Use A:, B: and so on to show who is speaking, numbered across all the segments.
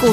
A: 股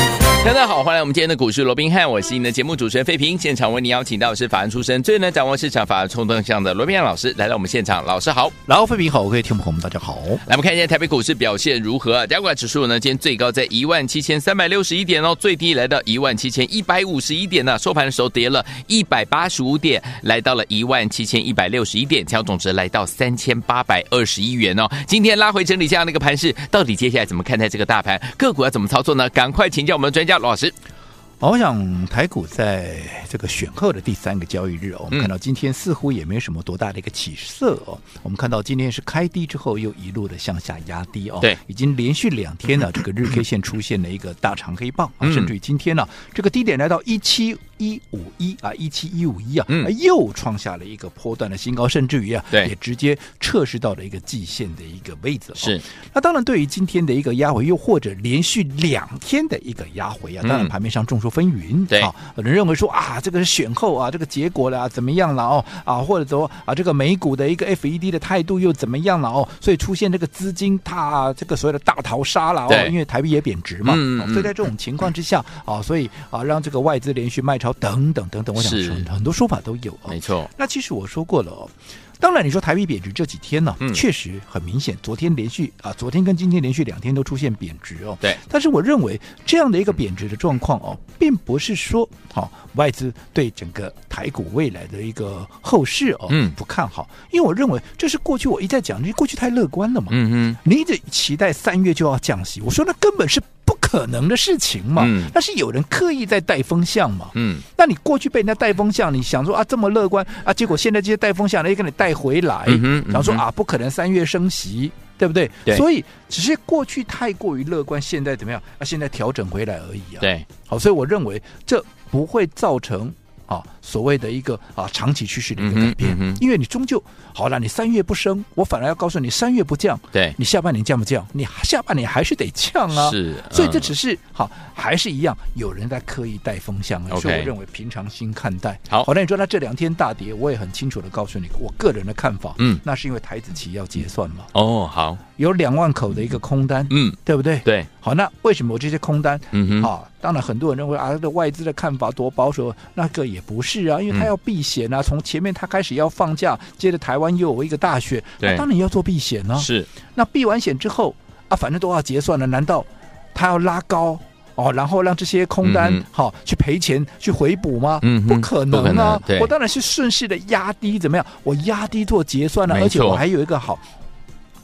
B: 大家好，欢迎来我们今天的股市罗宾汉，我是你的节目主持人费平。现场为你邀请到的是法案出身、最能掌握市场法案冲动向的罗宾汉老师来到我们现场，老师好。
C: 然后，费平好，各位听众朋友们，大家好。
B: 来，我们看一下台北股市表现如何、啊？加权指数呢，今天最高在一万七千三百六十一点哦，最低来到一万七千一百五十一点呢、收盘的时候跌了一百八十五点，来到了一万七千一百六十一点，成交总值来到三千八百二十一元哦。今天拉回整理一下那个盘势，到底接下来怎么看待这个大盘？个股要怎么操作呢？赶快请教我们的专家罗老师。
C: 好我想台股在这个选后的第三个交易日哦，我们
B: 嗯
C: 看到今天似乎也没什么多大的一个起色哦。我们看到今天是开低之后又一路的向下压低哦，
B: 对
C: 已经连续两 天呢、这个日 K 线出现了一个大长黑棒啊，
B: 嗯
C: 甚至于今天呢、这个低点来到一七。一五一啊，一七一五一啊，
B: 嗯
C: 又创下了一个波段的新高，甚至于啊，
B: 对
C: 也直接测试到了一个季线的一个位置、哦。
B: 是，
C: 那当然，对于今天的一个压回，又或者连续两天的一个压回啊，当然
B: 嗯
C: 盘面上众说纷纭。
B: 对
C: 啊，有人认为说啊，这个是选后啊，这个结果了、啊、怎么样了哦啊，或者说啊，这个美股的一个 FED 的态度又怎么样了哦，所以出现这个资金大这个所谓的大逃杀了哦
B: 对，
C: 因为台币也贬值嘛，
B: 嗯
C: 哦
B: 嗯
C: 所以在这种情况之下啊，所以啊，让这个外资连续卖超等等等等，我想
B: 是
C: 说很多说法都有、哦
B: 没。错，
C: 那其实我说过了哦。当然，你说台币贬值这几天呢、
B: 嗯
C: 确实很明显。昨天连续啊，昨天跟今天连续两天都出现贬值哦。
B: 对
C: 但是我认为这样的一个贬值的状况哦，并不是说好、外资对整个台股未来的一个后市哦、
B: 嗯
C: 不看好，因为我认为这是过去我一再讲，你过去太乐观了嘛。
B: 嗯
C: 你一直期待三月就要降息，我说那根本是不可能的事情嘛。
B: 嗯
C: 那是有人刻意在带风向嘛。
B: 哼，嗯，
C: 那你过去被人家带风向，你想说啊这么乐观啊，结果现在这些带风向的又哎给你带回来，
B: 嗯哼嗯哼
C: 想说啊不可能三月升息，对不对？
B: 对
C: 所以只是过去太过于乐观，现在怎么样？啊，现在调整回来而已啊。，
B: 对，
C: 好，所以我认为这不会造成。啊，所谓的一个啊长期趋势的一个改
B: 嗯
C: 变，
B: 哼嗯哼
C: 因为你终究好了，你三月不升，我反而要告诉你，三月不降，
B: 对，
C: 你下半年降不降？你下半年还是得降啊。
B: 是
C: 所以这
B: 嗯
C: 只是好，还是一样，有人在刻意带风向，啊
B: OK
C: 所以我认为平常心看待。
B: 好
C: 好，那你说那这两天大跌，我也很清楚的告诉你，我个人的看法，
B: 嗯
C: 那是因为台子期要结算嘛，
B: 哦，好，
C: 有两万口的一个空单，
B: 嗯，
C: 对不对？。
B: 对，
C: 好，那为什么我这些空单？
B: 嗯哼
C: 啊，当然很多人认为啊，这个外资的看法多保守，那个也不是啊，因为他
B: 嗯
C: 要避险啊，从前面他开始要放假，接着台湾又有一个大选，
B: 对
C: 那当然要做避险啊。
B: 是，
C: 那避完险之后啊，反正都要结算了，难道他要拉高哦，然后让这些空单
B: 嗯
C: 好、去赔钱去回补吗？
B: 嗯哼
C: 不可
B: 不可
C: 能啊
B: 能！对
C: 我当然是顺势的压低，怎么样？我压低做结算了、
B: 没错
C: 而且我还有一个好，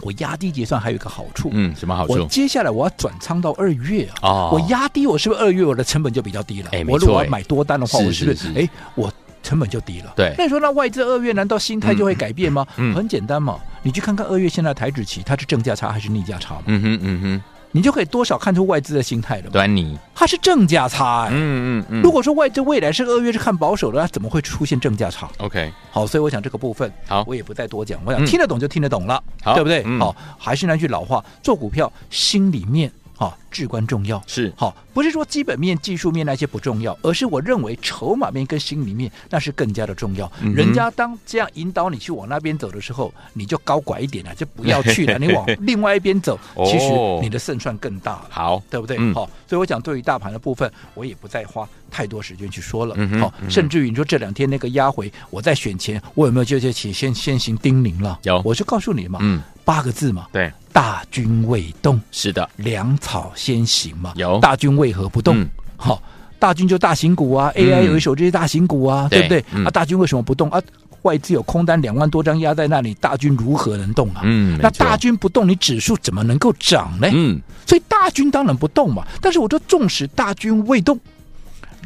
C: 我压低结算还有一个好处，
B: 嗯，什么好
C: 我
B: 处？
C: 接下来我要转仓到二月啊。
B: 哦
C: 我压低，我是不是二月我的成本就比较低了？
B: 哎没错
C: 我如果要买多单的话，
B: 哎
C: 我是不
B: 是
C: 是
B: 是
C: 哎我成本就低了？
B: 对
C: 那你说那外资二月难道心态就会改变吗？
B: 嗯嗯
C: 很简单嘛，你去看看二月现在的台指期，它是正价差还是逆价差嘛？
B: 嗯哼嗯哼，
C: 你就可以多少看出外资的心态了嘛。
B: 端倪，
C: 它是正价差、哎
B: 嗯嗯嗯
C: 如果说外资未来是二月是看保守的，那怎么会出现正价差？
B: OK，
C: 好，所以我想这个部分，
B: 好
C: 我也不再多讲。我
B: 嗯
C: 想听得懂就听得懂了，
B: 好
C: 对不对？
B: 嗯
C: 好，还是那句老话，做股票心里面啊至关重要。
B: 是
C: 好，不是说基本面、技术面那些不重要，而是我认为筹码面跟心里面那是更加的重要。
B: 嗯哼
C: 人家当这样引导你去往那边走的时候，你就高拐一点啊了，就不要去 了，你往另外一边走，其实
B: 哦
C: 你的胜算更大了。
B: 好，
C: 对不对？好、
B: 嗯
C: 所以我讲对于大盘的部分，我也不再花太多时间去说了。好、
B: 嗯哼嗯哼
C: 甚至于你说这两天那个压回，我在选前，我有没有就这起先先行叮咛了？
B: 有
C: 我就告诉你嘛，
B: 嗯，
C: 八个字嘛，
B: 对，
C: 大军未动，
B: 是的，
C: 粮草先行嘛。
B: 有
C: 大军为何不动
B: 嗯？
C: 好、大军就大型股啊
B: 嗯
C: ，AI 有一手这些大型股啊，
B: 对
C: 对不对？
B: 嗯
C: 啊，大军为什么不动啊？外资有空单两万多张压在那里，大军如何能动啊？
B: 嗯，
C: 那
B: 没错
C: 大，军不动，你指数怎么能够涨呢？
B: 嗯，
C: 所以大军当然不动嘛。但是我说，纵使大军未动，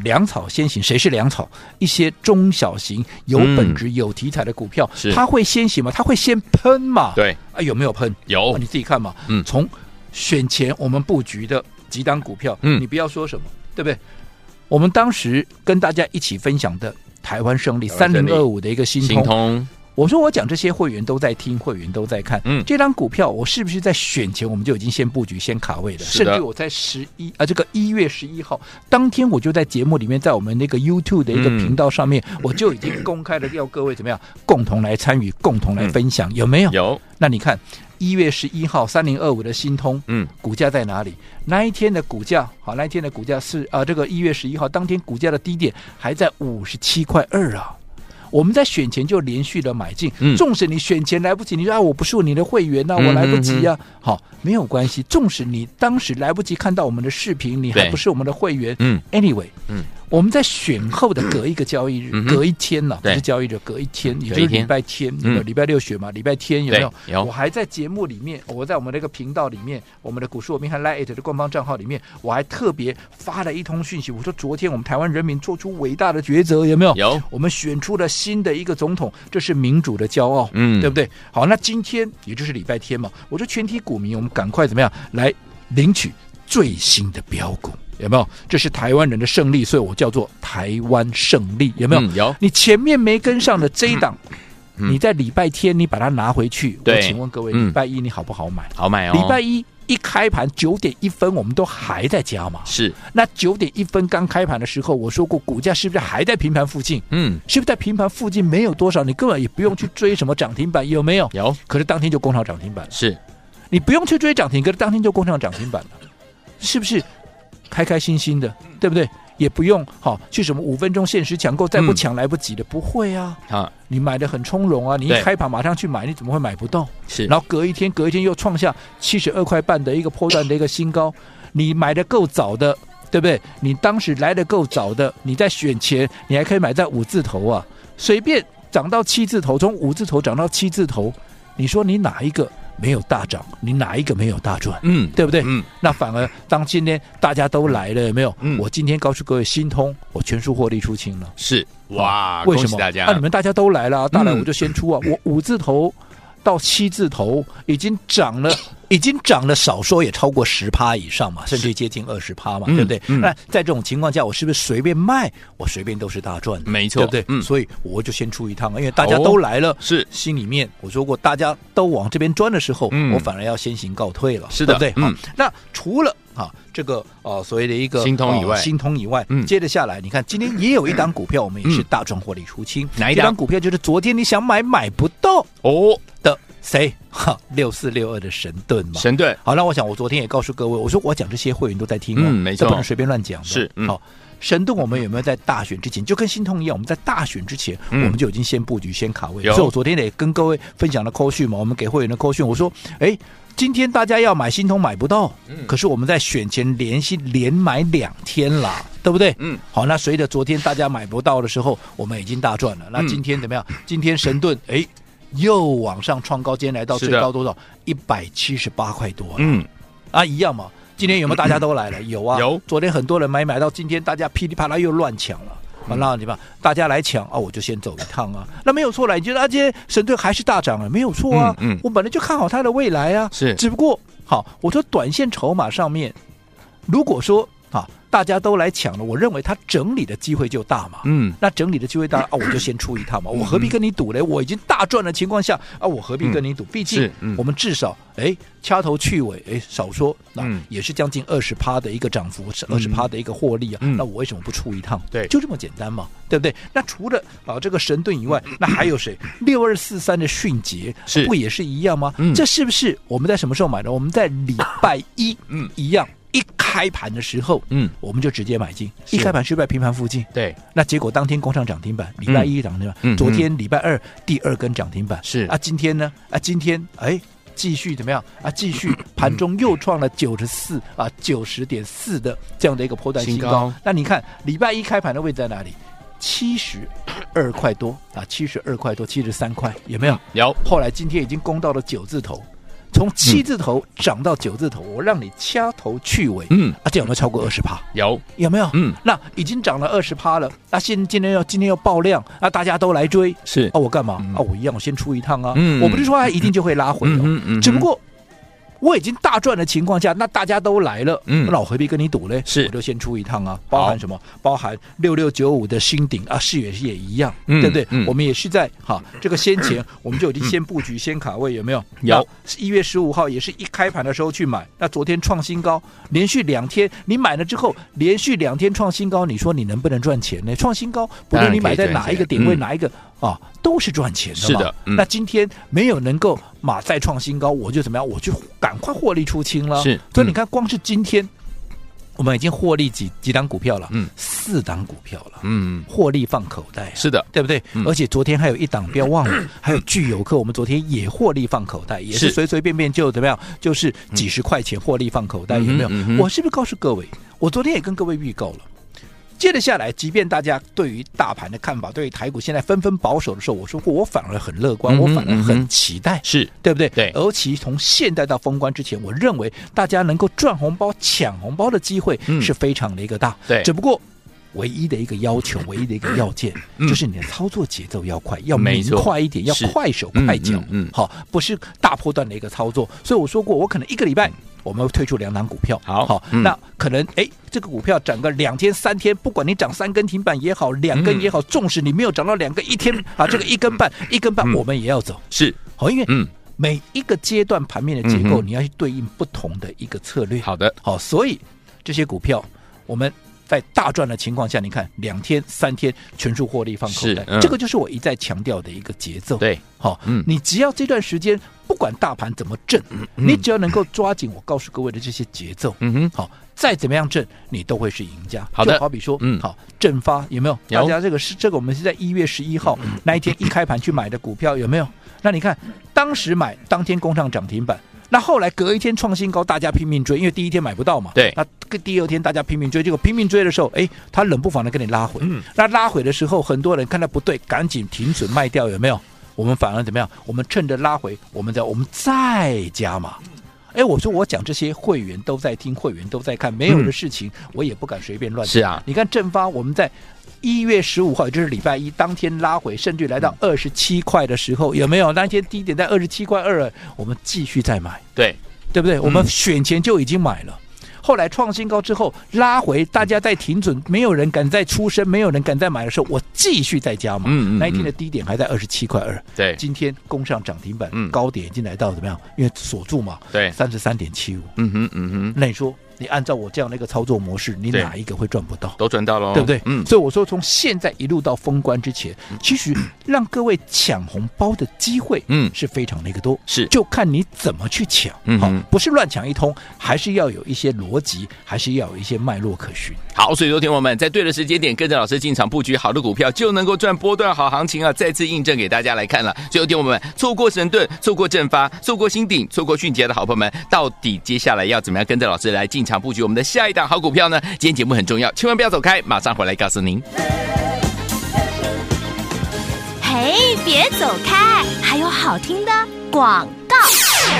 C: 粮草先行。谁是粮草？一些中小型、有本质、有题材的股票
B: 嗯是，
C: 它会先行嘛？它会先喷嘛？，
B: 对，
C: 啊，有没有喷？
B: 有
C: 啊你自己看嘛。
B: 嗯
C: 从选前我们布局的几档股票，
B: 嗯
C: 你不要说什么，对不对？我们当时跟大家一起分享的台湾胜利
B: 台湾
C: 三
B: 胜
C: 零
B: 利
C: 二五的一个新
B: 新
C: 通，
B: 通，
C: 我说我讲这些会员都在听，会员都在看，
B: 嗯
C: 这张股票我是不是在选前我们就已经先布局、先卡位了？
B: 是的
C: 甚至我在十一啊，这个一月十一号当天，我就在节目里面，在我们那个 YouTube 的一个
B: 嗯
C: 频道上面，我就已经公开的要各位怎么样，共同来参与，共
B: 嗯
C: 同来分享，有没有？
B: 有，
C: 那你看一月十一号三零二五的新通，
B: 嗯，
C: 股价在哪里？那一天的股价，好，那一天的股价是啊、呃这个一月十一号当天股价的低点还在五十七块二啊。我们在选前就连续的买进
B: 嗯，
C: 纵使你选前来不及，你说啊我不是你的会员呐、
B: 嗯
C: 我来不及呀、好，没有关系，纵使你当时来不及看到我们的视频，你还
B: 对
C: 不是我们的会员，
B: 嗯
C: ，anyway，
B: 嗯
C: 我们在选后的隔一个交易日，
B: 嗯哼
C: 隔一天呐，不
B: 对
C: 是交易日，隔一天，也就
B: 隔一
C: 是
B: 天
C: 礼拜天，
B: 嗯
C: 有礼拜六选嘛，礼拜天有没有？
B: 对有
C: 我还在节目里面，我在我们那个频道里面，我们的股市我们和 Lite 的官方账号里面，我还特别发了一通讯息，我说昨天我们台湾人民做出伟大的抉择，有没有？
B: 有
C: 我们选出了新的一个总统，这是民主的骄傲，
B: 嗯
C: 对不对？好，那今天也就是礼拜天嘛，我说全体股民，我们赶快怎么样来领取最新的标股？有没有？这是台湾人的胜利，所以我叫做台湾胜利，有没有？
B: 嗯有
C: 你前面没跟上的这一档，
B: 嗯
C: 你在礼拜天你把它拿回去，
B: 对
C: 我请问各位，
B: 嗯
C: 礼拜一你好不好买？
B: 好买哦，
C: 礼拜一一开盘九点一分，我们都还在加嘛。
B: 是，
C: 那九点一分刚开盘的时候，我说过股价是不是还在平盘附近？
B: 嗯，
C: 是不是在平盘附近没有多少？你根本也不用去追什么涨停板，有没有？
B: 有
C: 可是当天就攻上涨停板了，
B: 是，
C: 你不用去追涨停，可是当天就攻上涨停板了，是不是？开开心心的，
B: 嗯
C: 对不对？也不用好去什么五分钟限时抢购，再不
B: 嗯
C: 抢来不及的，不会啊。
B: 啊，
C: 你买的很从容啊，你一
B: 对
C: 开盘马上去买，你怎么会买不到？
B: 是，
C: 然后隔一天，隔一天又创下七十二块半的一个波段的一个新高，你买的够早的，对不对？你当时来的够早的，你在选前你还可以买在五字头啊，随便涨到七字头，从五字头涨到七字头，你说你哪一个没有大涨？你哪一个没有大赚？
B: 嗯，
C: 对不对？
B: 嗯，
C: 那反而当今天大家都来了，有没有？
B: 嗯
C: 我今天告诉各位，新通我全数获利出清了。
B: 是，哇，
C: 为
B: 恭
C: 什
B: 喜
C: 么？
B: 大家
C: 啊，你，们大家都来了啊，大来
B: 嗯
C: 我就先出啊，我五字头到七字头已经涨了，已经涨了少说也超过十趴以上嘛，甚至接近二十趴嘛，
B: 嗯
C: 对不对？
B: 嗯
C: 那在这种情况下，我是不是随便卖，我随便都是大赚的？
B: 没错
C: 对不对？
B: 嗯哦
C: 所以我就先出一趟啊，因为大家都来了，
B: 是
C: 心里面我说过，大家都往这边钻的时候，
B: 嗯
C: 我反而要先行告退了，
B: 是的
C: 对不对？
B: 嗯
C: 好，那除了啊这个呃所谓的一个
B: 新通以外
C: 呃新通以外，
B: 嗯
C: 接着下来，你看今天也有一档股票，我们也是大赚获利出清，
B: 哪一档
C: 这档股票就是昨天你想买买不到
B: 哦，
C: 的谁？哈，六四六二的神盾嘛，
B: 神盾，
C: 好，那我想我昨天也告诉各位，我说我讲这些会员都在听、哦，
B: 嗯没错
C: 这不能随便乱讲的。
B: 是嗯
C: 好，神盾我们有没有在大选之前，就跟心痛一样，我们在大选之前，
B: 嗯
C: 我们就已经先布局、先卡位。
B: 有
C: 所以我昨天也跟各位分享了扣讯嘛，我们给会员的扣讯，我说，哎，今天大家要买心痛买不到，
B: 嗯
C: 可是我们在选前连续连买两天啦，对不对？
B: 嗯，
C: 好，那随着昨天大家买不到的时候，我们已经大赚了。那
B: 嗯
C: 今天怎么样？今天神盾哎。又往上创高，今天来到
B: 是
C: 最
B: 的
C: 高多少？一百七十八块多了。
B: 嗯，
C: 啊，一样嘛。今天有没有大家都来了？有啊，
B: 有
C: 昨天很多人买买到，今天大家噼里啪啦又乱抢了。
B: 嗯
C: 啊，那你吧，大家来抢啊，我就先走一趟啊，那没有错了。你觉得啊，今天神盾还是大涨了，没有错啊。
B: 嗯嗯
C: 我本来就看好它的未来啊。
B: 是
C: 只不过好，我说短线筹码上面，如果说啊，大家都来抢了，我认为它整理的机会就大嘛。
B: 嗯，
C: 那整理的机会大啊，我就先出一趟嘛，我何必跟你赌嘞？我已经大赚的情况下啊，我何必跟你赌？毕竟
B: 是嗯
C: 我们至少哎掐头去尾哎少说那
B: 嗯
C: 也是将近二十趴的一个涨幅，是二十趴的一个获利啊。
B: 嗯
C: 那我为什么不出一趟？
B: 对
C: 就这么简单嘛，对不对？那除了啊这个神盾以外，那还有谁？六二四三的迅捷
B: 嗯是
C: 不也是一样吗
B: 嗯？
C: 这是不是我们在什么时候买的？我们在礼拜一
B: 嗯
C: 一样一开盘的时候，
B: 嗯，
C: 我们就直接买进。
B: 是
C: 一开盘是不是在平盘附近？
B: 对，
C: 那结果当天攻上涨停板，礼拜一涨停板，
B: 嗯嗯
C: 昨天礼拜二第二根涨停板
B: 是
C: 啊，今天呢啊，今天哎。继续怎么样啊？继续盘中又创了九十四啊九十点四的这样的一个波段新
B: 新
C: 高。
B: 高
C: 那你看礼拜一开盘的位置在哪里？七十二块多啊，七十二块多，七十三块有没有？
B: 有，
C: 后来今天已经攻到了九字头，从七字头涨到九字头，我让你掐头去尾。
B: 嗯，
C: 啊，这有没有超过二十趴？
B: 有，
C: 有没有？
B: 嗯，
C: 那已经涨了二十趴了，那现今天要今天要爆量，啊，大家都来追，
B: 是
C: 啊，我干嘛？
B: 嗯
C: 啊，我一样，我先出一趟啊，
B: 嗯
C: 我不是说它一定就会拉回哦，
B: 嗯哼嗯哼
C: 只不过我已经大赚的情况下，那大家都来了，
B: 嗯
C: 那我何必跟你赌嘞？
B: 是
C: 我就先出一趟啊，包
B: 好
C: 含什么？包含六六九五的新鼎啊，视野也一样，
B: 嗯
C: 对不对？
B: 嗯
C: 我们也是在哈这个先 前，我们就已经先布局、先卡位，有没有？
B: 有
C: 一月十五号也是一开盘的时候去买，那昨天创新高，连续两天你买了之后，连续两天创新高，你说你能不能赚钱呢？创新高，不
B: 当然
C: 论你
B: 可
C: 买
B: 以
C: 在
B: 赚
C: 哪一个
B: 钱
C: 点位、
B: 嗯
C: 哪一个啊，都是赚钱的嘛。
B: 是的嗯
C: 那今天没有能够马再创新高，我就怎么样？我就赶快获利出清了。
B: 是
C: 所以
B: 嗯
C: 你看，光是今天。我们已经获利几几档股票了，
B: 嗯
C: 四档股票了，
B: 嗯，
C: 获利放口袋、啊，
B: 是的，
C: 对不对？
B: 嗯
C: 而且昨天还有一档，不要忘 了，还有聚友客，我们昨天也获利放口袋，也是
B: 是嗯
C: 随随便便就怎么样，就是几十块钱获利放口袋，
B: 嗯哼
C: 有没有
B: 嗯哼？
C: 我是不是告诉各位，我昨天也跟各位预告了？接着下来，即便大家对于大盘的看法，对于台股现在纷纷保守的时候，我说过，我反而很乐观，
B: 嗯哼
C: 我反而
B: 嗯
C: 很
B: 哼
C: 期待，
B: 是
C: 对不对？
B: 对
C: 尤其从现在到封关之前，我认为大家能够赚红包、抢红包的机会
B: 嗯
C: 是非常的一个大。
B: 对
C: 只不过。唯一的一个要求，唯一的一个要件，
B: 嗯
C: 就是你的操作节奏要快，要
B: 没
C: 明
B: 错
C: 快一点，要
B: 是
C: 快手
B: 嗯
C: 快脚，
B: 嗯嗯
C: 好，不是大波段的一个操作。所以我说过，我可能一个礼拜我们会推出两档股票，
B: 嗯好
C: 好，
B: 嗯
C: 那可能哎，这个股票涨个两天三天，不管你涨三根停板也好，两根也好，纵使你没有涨到两根，一天啊，这个一根半，一根半
B: 嗯嗯
C: 我们也要走，
B: 是，
C: 好，因为
B: 嗯，
C: 每一个阶段盘面的结
B: 嗯
C: 构，
B: 哼
C: 你要去对应不同的一个策略。
B: 好的，
C: 好，所以这些股票我们在大赚的情况下，你看两天三天全数获利放口
B: 是
C: 袋，
B: 嗯
C: 这个就是我一再强调的一个节奏。，
B: 对，
C: 好、
B: 嗯
C: 你只要这段时间不管大盘怎么震，你只要能够抓紧我告诉各位的这些节奏，
B: 嗯哼，
C: 好，再怎么样震，你都会是赢家。
B: 好的
C: 就好比说，
B: 嗯
C: 好，振发有没有？
B: 有嗯
C: 大家这个是这个，我们是在一月十一号那一天一开盘去买的股票，有没有？那你看，当时买，当天攻上涨停板。那后来隔一天创新高，大家拼命追，因为第一天买不到嘛。
B: 对
C: 那个第二天大家拼命追，结果拼命追的时候，哎，它冷不防的跟你拉回。
B: 嗯。
C: 那拉回的时候，很多人看到不对，赶紧停损卖掉，有没有？我们反而怎么样？我们趁着拉回，我们再我们再加码。哎，我说我讲这些会员都在听，会员都在看，没有的事情、我也不敢随便乱讲。
B: 嗯是啊
C: 你看正发，我们在一月十五号，也就是礼拜一当天拉回，甚至来到
B: 嗯
C: 二十七块的时候，有没有？那天低点在二十七块二，我们继续再买，
B: 对，
C: 对不对？我
B: 嗯
C: 们选前就已经买了。后来创新高之后拉回，大家在停准，没有人敢再出声，没有人敢再买的时候，我继续再加码。
B: 嗯嗯嗯
C: 那一天的低点还在二十七块二，
B: 对
C: 今天攻上涨停板，
B: 嗯
C: 高点已经来到怎么样？因为锁住嘛，
B: 对
C: 三十三点七五。
B: 嗯哼，嗯哼，
C: 那你说，你按照我这样的一个操作模式，你
B: 对
C: 哪一个会赚不到？
B: 都赚到喽，
C: 对不对？
B: 嗯，
C: 所以我说，从现在一路到封关之前，其实让各位抢红包的机会，
B: 嗯
C: 是非常的一个多，
B: 是
C: 就看你怎么去抢，
B: 嗯
C: 好
B: 哼，
C: 不是乱抢一通，还是要有一些逻辑，还是要有一些脉络可循。
B: 好，所以昨天我们在对的时间点跟着老师进场布局好的股票，就能够赚波段好行情啊！再次印证给大家来看了。所以有天我们错过神盾、错过正发、错过新鼎、错过迅捷的好朋友们，到底接下来要怎么样跟着老师来进场布局我们的下一档好股票呢？今天节目很重要，千万不要走开，马上回来告诉您。
A: 嘿，别走开，还有好听的广告。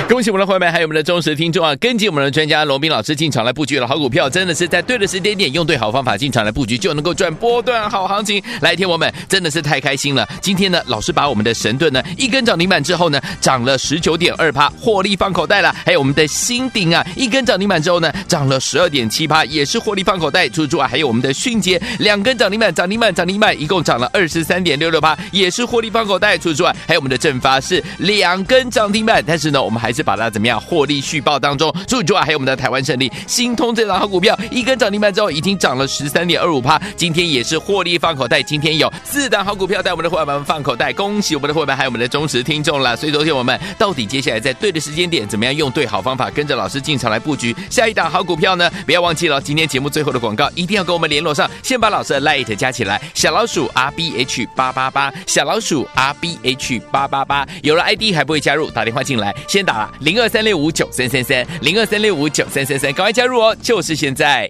B: 恭喜我们的会员们，还有我们的忠实听众啊！跟紧我们的专家罗斌老师进场来布局了好股票，真的是在对的时间点，用对好方法进场来布局，就能够赚波段好行情。来，天我们真的是太开心了！今天呢，老师把我们的神盾呢一根涨停板之后呢，涨了十九点二趴，获利放口袋了。还有我们的新鼎啊，一根涨停板之后呢，涨了十二点七趴，也是获利放口袋。猪猪啊，还有我们的迅捷两根涨停板，涨停板，涨停板，一共涨了二十三点六六趴，也是获利放口袋。除此之外，还有我们的正发是两根涨停板，但是呢，我们还是把它怎么样获利续报当中。除此之外，还有我们的台湾胜利新通这档好股票，一根涨停板之后已经涨了十三点二五趴，今天也是获利放口袋。今天有四档好股票带我们的伙伴们放口袋，恭喜我们的伙伴还有我们的忠实听众啦。所以昨天我们到底接下来在对的时间点，怎么样用对好方法，跟着老师进场来布局下一档好股票呢？不要忘记了，今天节目最后的广告一定要跟我们联络上，先把老师的 light 加起来，小老鼠 R B H 八八八，小老鼠 R B H 八八八，有了 ID 还不会加入，打电话进来先打零二三六五九三三三零二三六五九三三三，赶快加入哦，就是现在。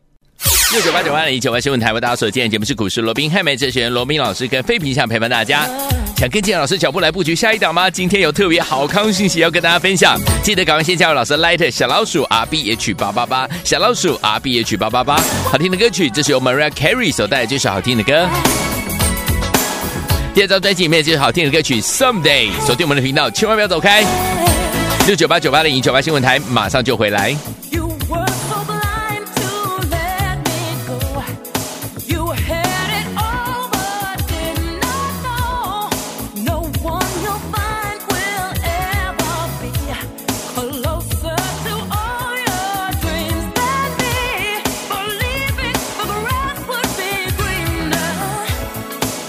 B: 六九八九八零九八新闻台为大家所见，节目是股市罗宾汉美哲学员罗宾老师跟费平想陪伴大家。想跟建老师脚步来布局下一档吗？今天有特别好康讯息要跟大家分享，记得赶快先加入老师 Light 小老鼠 R B H 八八八小老鼠 R B H 八八八，好听的歌曲，这是由 Mariah Carey 所带来这首好听的歌。第二张专辑里面就是好听的歌曲《Someday》，锁定我们的频道，千万不要走开。六九八九八零一九八新闻台马上就回来。
D: You were so blind to let me go. You had it all, but did not know. No one you'll find will ever be closer to all your dreams than me. Believing the grass would be greener.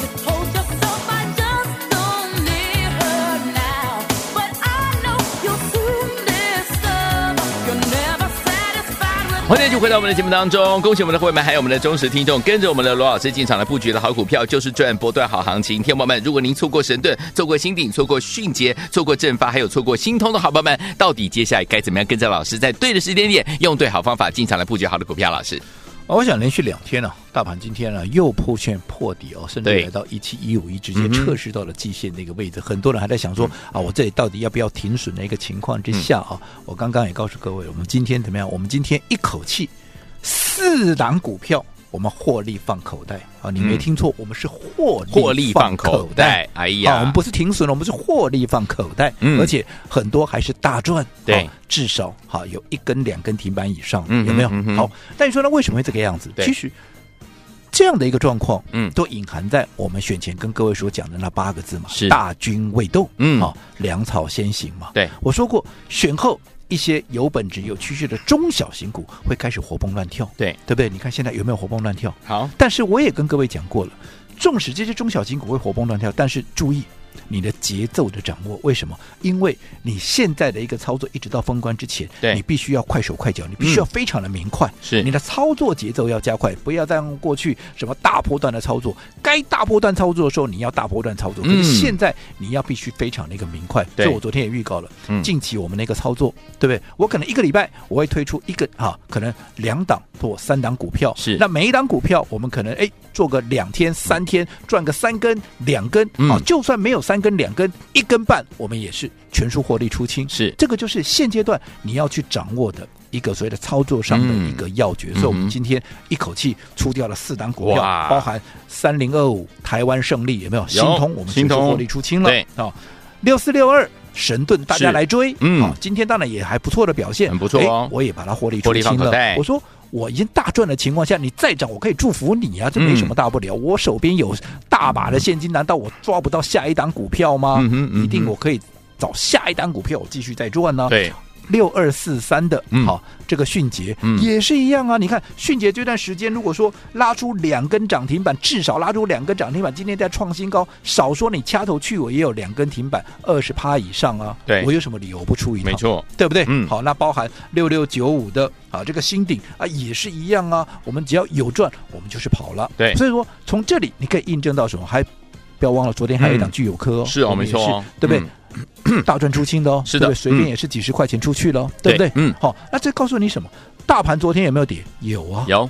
D: You told yourself I just don't need her now, but I know you'll soon discover you're never satisfied with.
B: 欢迎继续回到我们的节目当中，恭喜我们的会员，还有我们的忠实听众，跟着我们的罗老师进场来布局的好股票，就是赚波段好行情。天宝们，如果您错过神盾、错过新鼎、错过迅捷、错过正发，还有错过新通的好朋友们，到底接下来该怎么样跟着老师，在对的时间点，用对好方法进场来布局好的股票？老师，
C: 哦我想连续两天啊，大盘今天啊又破线破底哦，甚至
B: 对
C: 来到一七一五一，直接
B: 嗯哼嗯
C: 测试到了季线那个位置。很多人还在想说啊，我这里到底要不要停损的一个情况之下啊，
B: 嗯
C: 我刚刚也告诉各位，我们今天怎么样？我们今天一口气四档股票。我们获利放口袋啊！你没
B: 嗯
C: 听错，我们是获
B: 获
C: 利
B: 利
C: 放
B: 放
C: 口
B: 口
C: 袋
B: 袋。，哎
C: 啊，
B: 呀，
C: 我们不是停损了，我们是获利放口袋，
B: 嗯
C: 而且很多还是大赚，
B: 对
C: 啊至少好有一根两根停板以上，
B: 嗯
C: 有没有？
B: 嗯嗯
C: 好，但你说呢？为什么会这个样子？
B: 对
C: 其实这样的一个状况，
B: 嗯
C: 都隐含在我们选前跟各位所讲的那八个字嘛，
B: 是
C: 大军未动，
B: 嗯
C: 好，粮草先行嘛，
B: 对
C: 我说过，选后一些有本质、有趋势的中小型股会开始活蹦乱跳，
B: 对，
C: 对不对？你看现在有没有活蹦乱跳？
B: 好，
C: 但是我也跟各位讲过了，纵使这些中小型股会活蹦乱跳，但是注意你的节奏的掌握。为什么？因为你现在的一个操作，一直到封关之前，
B: 对嗯
C: 你必须要快手快脚，你必须要非常的明快。
B: 是
C: 你的操作节奏要加快，不要再用过去什么大波段的操作。该大波段操作的时候，你要大波段操作。可
B: 嗯
C: 是现在你要必须非常的一个明快。
B: 对
C: 所以我昨天也预告了，
B: 嗯
C: 近期我们的一个操作，对不对？我可能一个礼拜我会推出一个啊，可能两档或三档股票。
B: 是
C: 那每一档股票我们可能哎做个两天三天，赚个三根两根
B: 嗯
C: 啊，就算没有三根两根，一根半，我们也是全数获利出清。
B: 是
C: 这个就是现阶段你要去掌握的一个所谓的操作上的一个要诀。所以我
B: 嗯
C: 们
B: 哼
C: 今天一口气出掉了四档股票
B: 哇，
C: 包含三零二五台湾胜利有没有？新通我们
B: 新
C: 全
B: 通
C: 数获利出清了。
B: 对
C: 啊，六四六二。神盾，大
B: 是
C: 家来追，
B: 嗯
C: 好今天当然也还不错的表现，
B: 很不错哦
C: 哎我也把它获利
B: 获
C: 出
B: 利
C: 清
B: 放口
C: 了
B: 袋。
C: 我说我已经大赚的情况下，你再涨，我可以祝福你啊，这没什么大不了。
B: 嗯
C: 我手边有大把的现金，难道我抓不到下一档股票吗？
B: 嗯哼嗯哼
C: 一定我可以找下一档股票，我继续再赚呢、
B: 对，
C: 六二四三的，
B: 嗯
C: 好，这个迅捷、
B: 嗯
C: 也是一样啊。你看迅捷这段时间，如果说拉出两根涨停板，至少拉出两根涨停板，今天在创新高，少说你掐头去尾也有两根停板，二十趴以上啊。
B: 对
C: 我有什么理由不出一趟？
B: 没错，
C: 对不对？
B: 嗯
C: 好，那包含六六九五的啊，这个新顶啊也是一样啊。我们只要有赚，我们就是跑了。
B: 对
C: 所以说从这里你可以印证到什么？还不要忘了，昨天还有一档
B: 嗯
C: 具有科哦，
B: 是哦，
C: 我
B: 没
C: 们
B: 错
C: 也是
B: 哦，
C: 对不对
B: 嗯？？
C: 大赚出清的哦，
B: 是的
C: 对不对随便
B: 嗯
C: 也是几十块钱出去了，哦
B: 对
C: 对不对？
B: 嗯
C: 好、那这告诉你什么？大盘昨天有没有跌？有啊，
B: 有，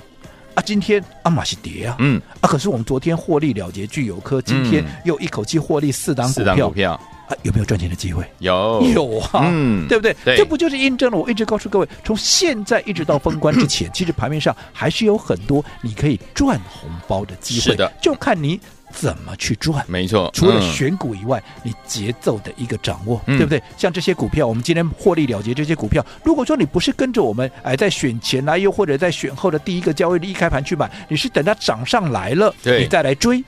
C: 啊，今天啊马是跌啊，
B: 嗯，
C: 啊，可是我们昨天获利了结具有科，今天又一口气获利四档股
B: 四
C: 票，
B: 档股票
C: 啊，有没有赚钱的机会？
B: 有，
C: 有啊，
B: 哦嗯
C: 对不对？
B: 对
C: 这不就是印证了我一直告诉各位，从现在一直到封关之 前，其实盘面上还是有很多你可以赚红包的机会，
B: 是的
C: 就看你怎么去赚。
B: 没错，
C: 除了
B: 嗯
C: 选股以外，你节奏的一个掌握，
B: 嗯
C: 对不对？像这些股票，我们今天获利了结这些股票，如果说你不是跟着我们，哎，在选前来，又或者在选后的第一个交易日一开盘去买，你是等它涨上来了，
B: 对
C: 你再来追，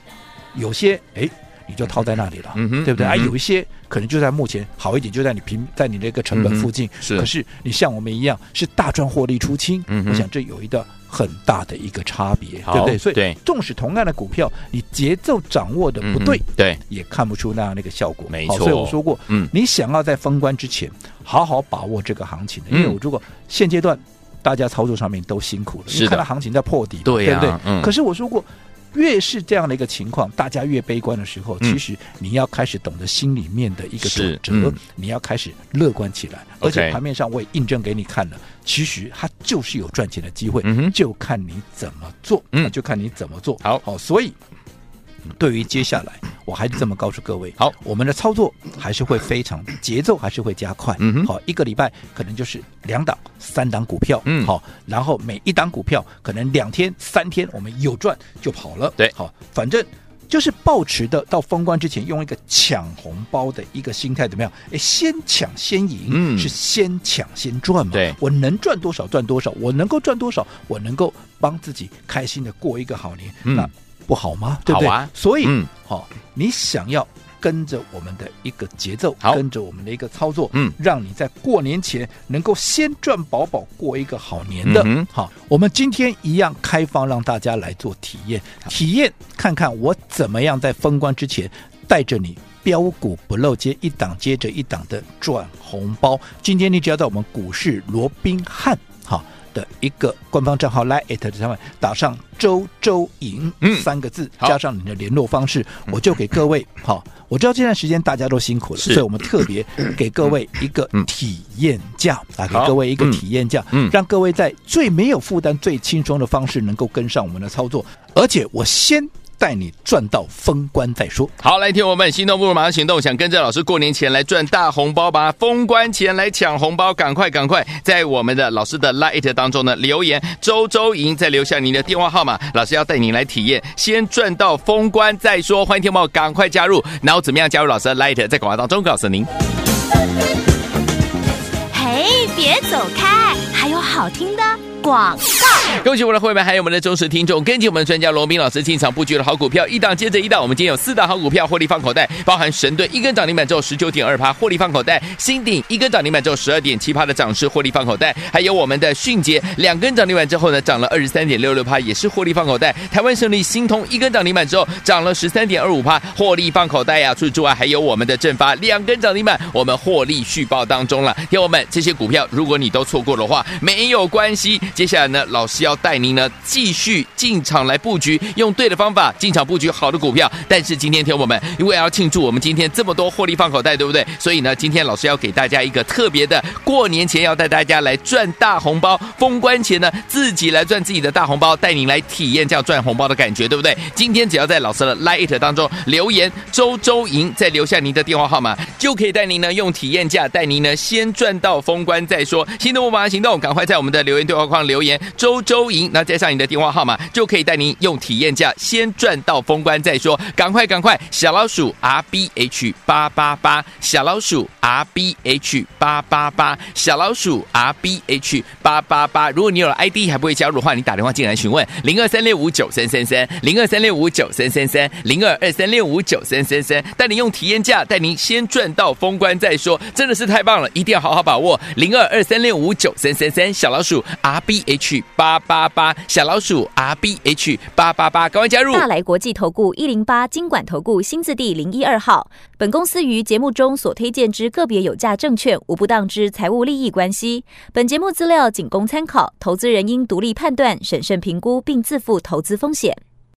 C: 有些哎。你就套在那里了，
B: 嗯哼
C: 对不对？
B: 嗯哼
C: 哎，有一些可能就在目前好一点，就在你平在你那个成本附近。
B: 是
C: 可是你像我们一样是大赚获利出清，
B: 嗯哼
C: 我想这有一个很大的一个差别，
B: 好
C: 对不对？所以
B: 对
C: 纵使同样的股票，你节奏掌握的
B: 嗯
C: 不
B: 哼
C: 对，
B: 对，
C: 也看不出那样的一个效果。
B: 没
C: 好
B: 错
C: 所以我说过，
B: 嗯
C: 你想要在封关之前好好把握这个行情的，因为
B: 嗯
C: 我如果现阶段大家操作上面都辛苦了，
B: 是的
C: 你看到行情在破底嘛，
B: 对呀
C: 不对？
B: 嗯
C: 可是我说过。越是这样的一个情况，大家越悲观的时候，
B: 嗯
C: 其实你要开始懂得心里面的一个转
B: 是
C: 折，
B: 嗯
C: 你要开始乐观起来。而
B: OK
C: 且盘面上我也印证给你看了，其实它就是有赚钱的机会，
B: 嗯哼
C: 就看你怎么做，
B: 嗯
C: 那就看你怎么做。
B: 好
C: 好，所以对于接下来，我还是这么告诉各位，
B: 好
C: 我们的操作还是会非常节奏还是会加快，
B: 嗯哼
C: 好，一个礼拜可能就是两档、三档股票，
B: 嗯
C: 好，然后每一档股票可能两天、三天，我们有赚就跑了，
B: 对
C: 好，反正。就是抱持的到封关之前用一个抢红包的一个心态，怎么样？哎，先抢先赢，
B: 嗯
C: 是先抢先赚嘛。
B: 对
C: 我能赚多少赚多少，我能够赚多少，我能够帮自己开心的过一个好年，
B: 嗯
C: 那不好吗？对不对？
B: 好啊
C: 所以，好、
B: 嗯
C: 你想要。跟着我们的一个节奏
B: 好，
C: 跟着我们的一个操作，
B: 嗯
C: 让你在过年前能够先赚饱饱，过一个好年的。
B: 嗯哼
C: 好，我们今天一样开放让大家来做体验，体验看看我怎么样在封关之前带着你。标股不漏接，一档接着一档的赚红包。今天你只要在我们股市罗宾汉好的一个官方账号来 at 上面打上“周周赢”
B: 嗯
C: 三个字，
B: 好嗯
C: 加上你的联络方式，我就给各位好。我知道这段时间大家都辛苦了，
B: 是
C: 所以我们特别给各位一个
B: 嗯
C: 体验价啊，给
B: 好
C: 各位一个
B: 嗯
C: 体验价，
B: 嗯
C: 让各位在最没有负担、最轻松的方式能够跟上我们的操作，而且我先带你赚到封关再说。
B: 好，来，听我们心动不如马上行动，想跟着老师过年前来赚大红包吧！封关前来抢红包，赶快赶快，在我们的老师的 Light 当中呢留言周周赢，再留下您的电话号码，老师要带您来体验，先赚到封关再说。欢迎听众朋友赶快加入，然后怎么样加入老师的 Light，在广告当中告诉您。
A: 嘿，别走开，还有好听的广。
B: 恭喜我们的会员，还有我们的忠实听众，跟紧我们的专家罗斌老师进场布局的好股票，一档接着一档。我们今天有四档好股票获利放口袋，包含神盾一根涨停板之后十九点二趴获利放口袋，新鼎一根涨停板之后十二点七趴的涨势获利放口袋，还有我们的迅捷两根涨停板之后呢涨了二十三点六六趴，也是获利放口袋。台湾胜利新通一根涨停板之后涨了十三点二五趴，获利放口袋呀、除此之外，还有我们的正发两根涨停板，我们获利续报当中了。听我们这些股票，如果你都错过的话，没有关系，接下来呢，老师要带您呢继续进场来布局，用对的方法进场布局好的股票。但是今天听我们，因为要啊庆祝我们今天这么多获利放口袋，对不对？所以呢，今天老师要给大家一个特别的，过年前要带大家来赚大红包，封关前呢自己来赚自己的大红包，带您来体验这样赚红包的感觉，对不对？今天只要在老师的 Lite 当中留言“周周赢”，再留下您的电话号码，就可以带您呢用体验价带您呢先赚到封关再说。心动不马上行动，赶快在我们的留言对话框留言“周周赢”，那加上你的电话号码，就可以带您用体验价先赚到封关再说。赶快赶快，小老鼠 R B H 八八八，小老鼠 R B H 八八八，小老鼠 R B H 八八八。如果你有了 ID 还不会加入的话，你打电话进来询问零二三六五九三三三零二三六五九三三三零二二三六五九三三三，带您用体验价，带您先赚到封关再说，真的是太棒了，一定要好好把握零二二三六五九三三三小老鼠 R B H 八八八，小老鼠 R B H 八八八，赶快加入。
E: 大来国际投顾一零八金管投顾新字第零一二号。本公司于节目中所推荐之个别有价证券，无不当之财务利益关系。本节目资料仅供参考，投资人应独立判断、审慎评估，并自负投资风险。